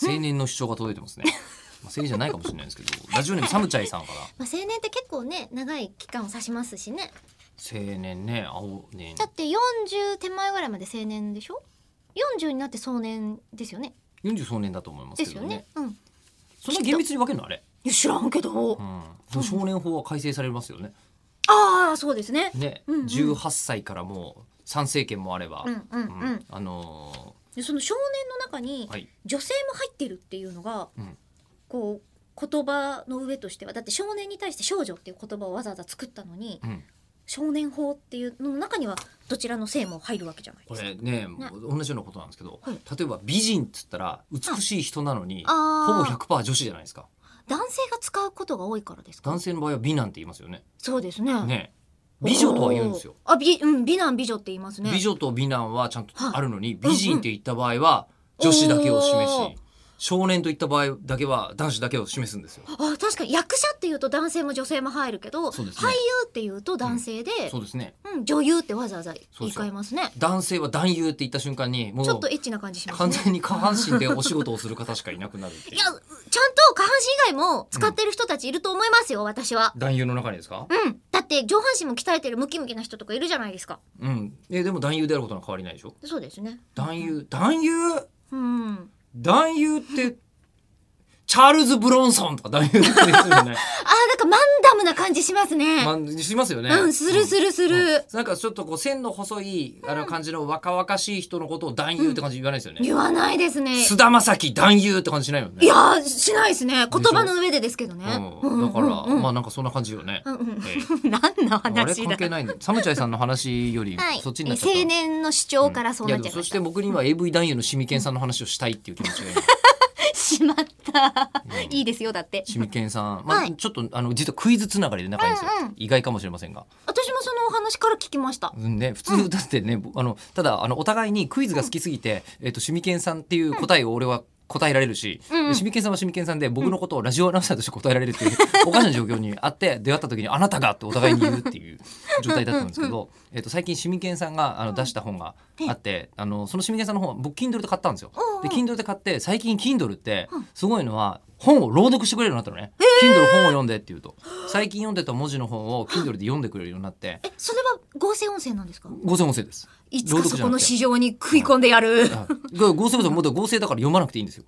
青年の主張が届いてますね。まあ、青年じゃないかもしれないですけど、ラジオネームサムチャイさんから。まあ、青年って結構ね長い期間を指しますしね青年ね、青年だ。って40手前ぐらいまで青年でしょ40になって壮年ですよね四十少年だと思いますでけすどよね。ねうんいそんな厳密に分けるのあれ。や知らんけうど、ん。その少年法は改正されますよね。ああそうですねねうんう、ん十八歳からもう参政権もあれば。うんうんうん、うんあのでその少年の中にーはい。女性も入ってるっていうのが、うんこう言葉の上としてはだって少年に対して少女っていう言葉をわざわざ作ったのにうん。少年法っていうのの中にはどちらの性も入るわけじゃないこですか。れね、同じようなことなんですけど、はい例えば美人っつったら美しい人なのに、あほぼー100%女子じゃないですか。男性が使うことが多いからですか男性の場合は美なんて言いますよね。そうですねね、美女とは言うんですよ。おーあ美,、うん、美男美女って言いますね美女と美男はちゃんとはいあるのに、美人って言った場合は女子だけを示し、おー少年と言った場合だけは男子だけを示すんですよ。あ確かに役者っていうと男性も女性も入るけど、そうですね俳優っていうと男性で、そうですね。うん女優ってわざわざ言い換えますね男性は男優って言った瞬間に、もちょっうとエッチな感じします完ね全に下半身でお仕事をする方しかいなくなるっていいうやちゃんと下半身以外も使ってる人たちいると思いますよ、私は男優の中にですか？うんだって上半身も鍛えてるムキムキな人とかいるじゃないですかうん。えでも男優であることは変わりないでしょ。そうですね男優、男優、うん男優ってチャールズブロンソンとか男優ってするよ ね。あーなんかマンダムな感じしますね、まあ、しますよね。うんするするする、うんなんかちょっとこう線の細いあの感じの若々しい人のことを男優って感じ言わないですよね。言わないですね菅田将暉男優って感じしないよね。いやーしないですね言葉の上でですけどね、うん、だから、うんうんうんまあなんかそんな感じよね。うんうんえ え何のあれ話関だ係ないの。サムチャイさんの話より、はい、そっちにえなっちゃった。青年の主張からそうなっいちやでゃいもまそししてた、僕には AV 男優のシミケンさんの話をしたいっていう気持ちが今しまった、うんいいですよだってシミケンさん、まあ、はいちょっとあの実はクイズつながりで仲いいんですよ、うんうん意外かもしれませんが、私もそのお話から聞きましたうんね、普通だってね、あのただあのお互いにクイズが好きすぎて、えっとシミケンさんっていう答えを俺は答えられるし、うんうんでシミケンさんはシミケンさんで僕のことをラジオアナウンサーとして答えられるっていうおかしな状況にあって出会った時に「あなたが!」ってお互いに言うっていう状態だったんですけど、えっと最近シミケンさんがあの出した本があって、あのそのシミケンさんの本は僕 Kindle で買ったんですよ。うんうんで Kindle で買って最近 Kindle ってうんすごいのは本を朗読してくれるようになったのね。Kindle 本を読んでって言うと最近読んでた文字の本を Kindle で読んでくれるようになってえそれは合成音声なんですかご専門生です。いつ朗か読そじゃこなのくて市場に食い込んでやる、あが合成こそもうだから合成だから読まなくていいんですよ。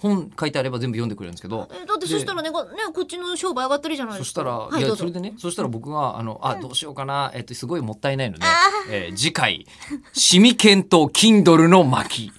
本書いてあれば全部読んでくれるんですけど。えだってそしたらねごねこっちの商売上がってるじゃないそでしすた、からはいいやどうそぞれでねそしたら僕があのあどうしようか なえっとすごいもったいないので、えー次回「シミケンと Kindle の巻」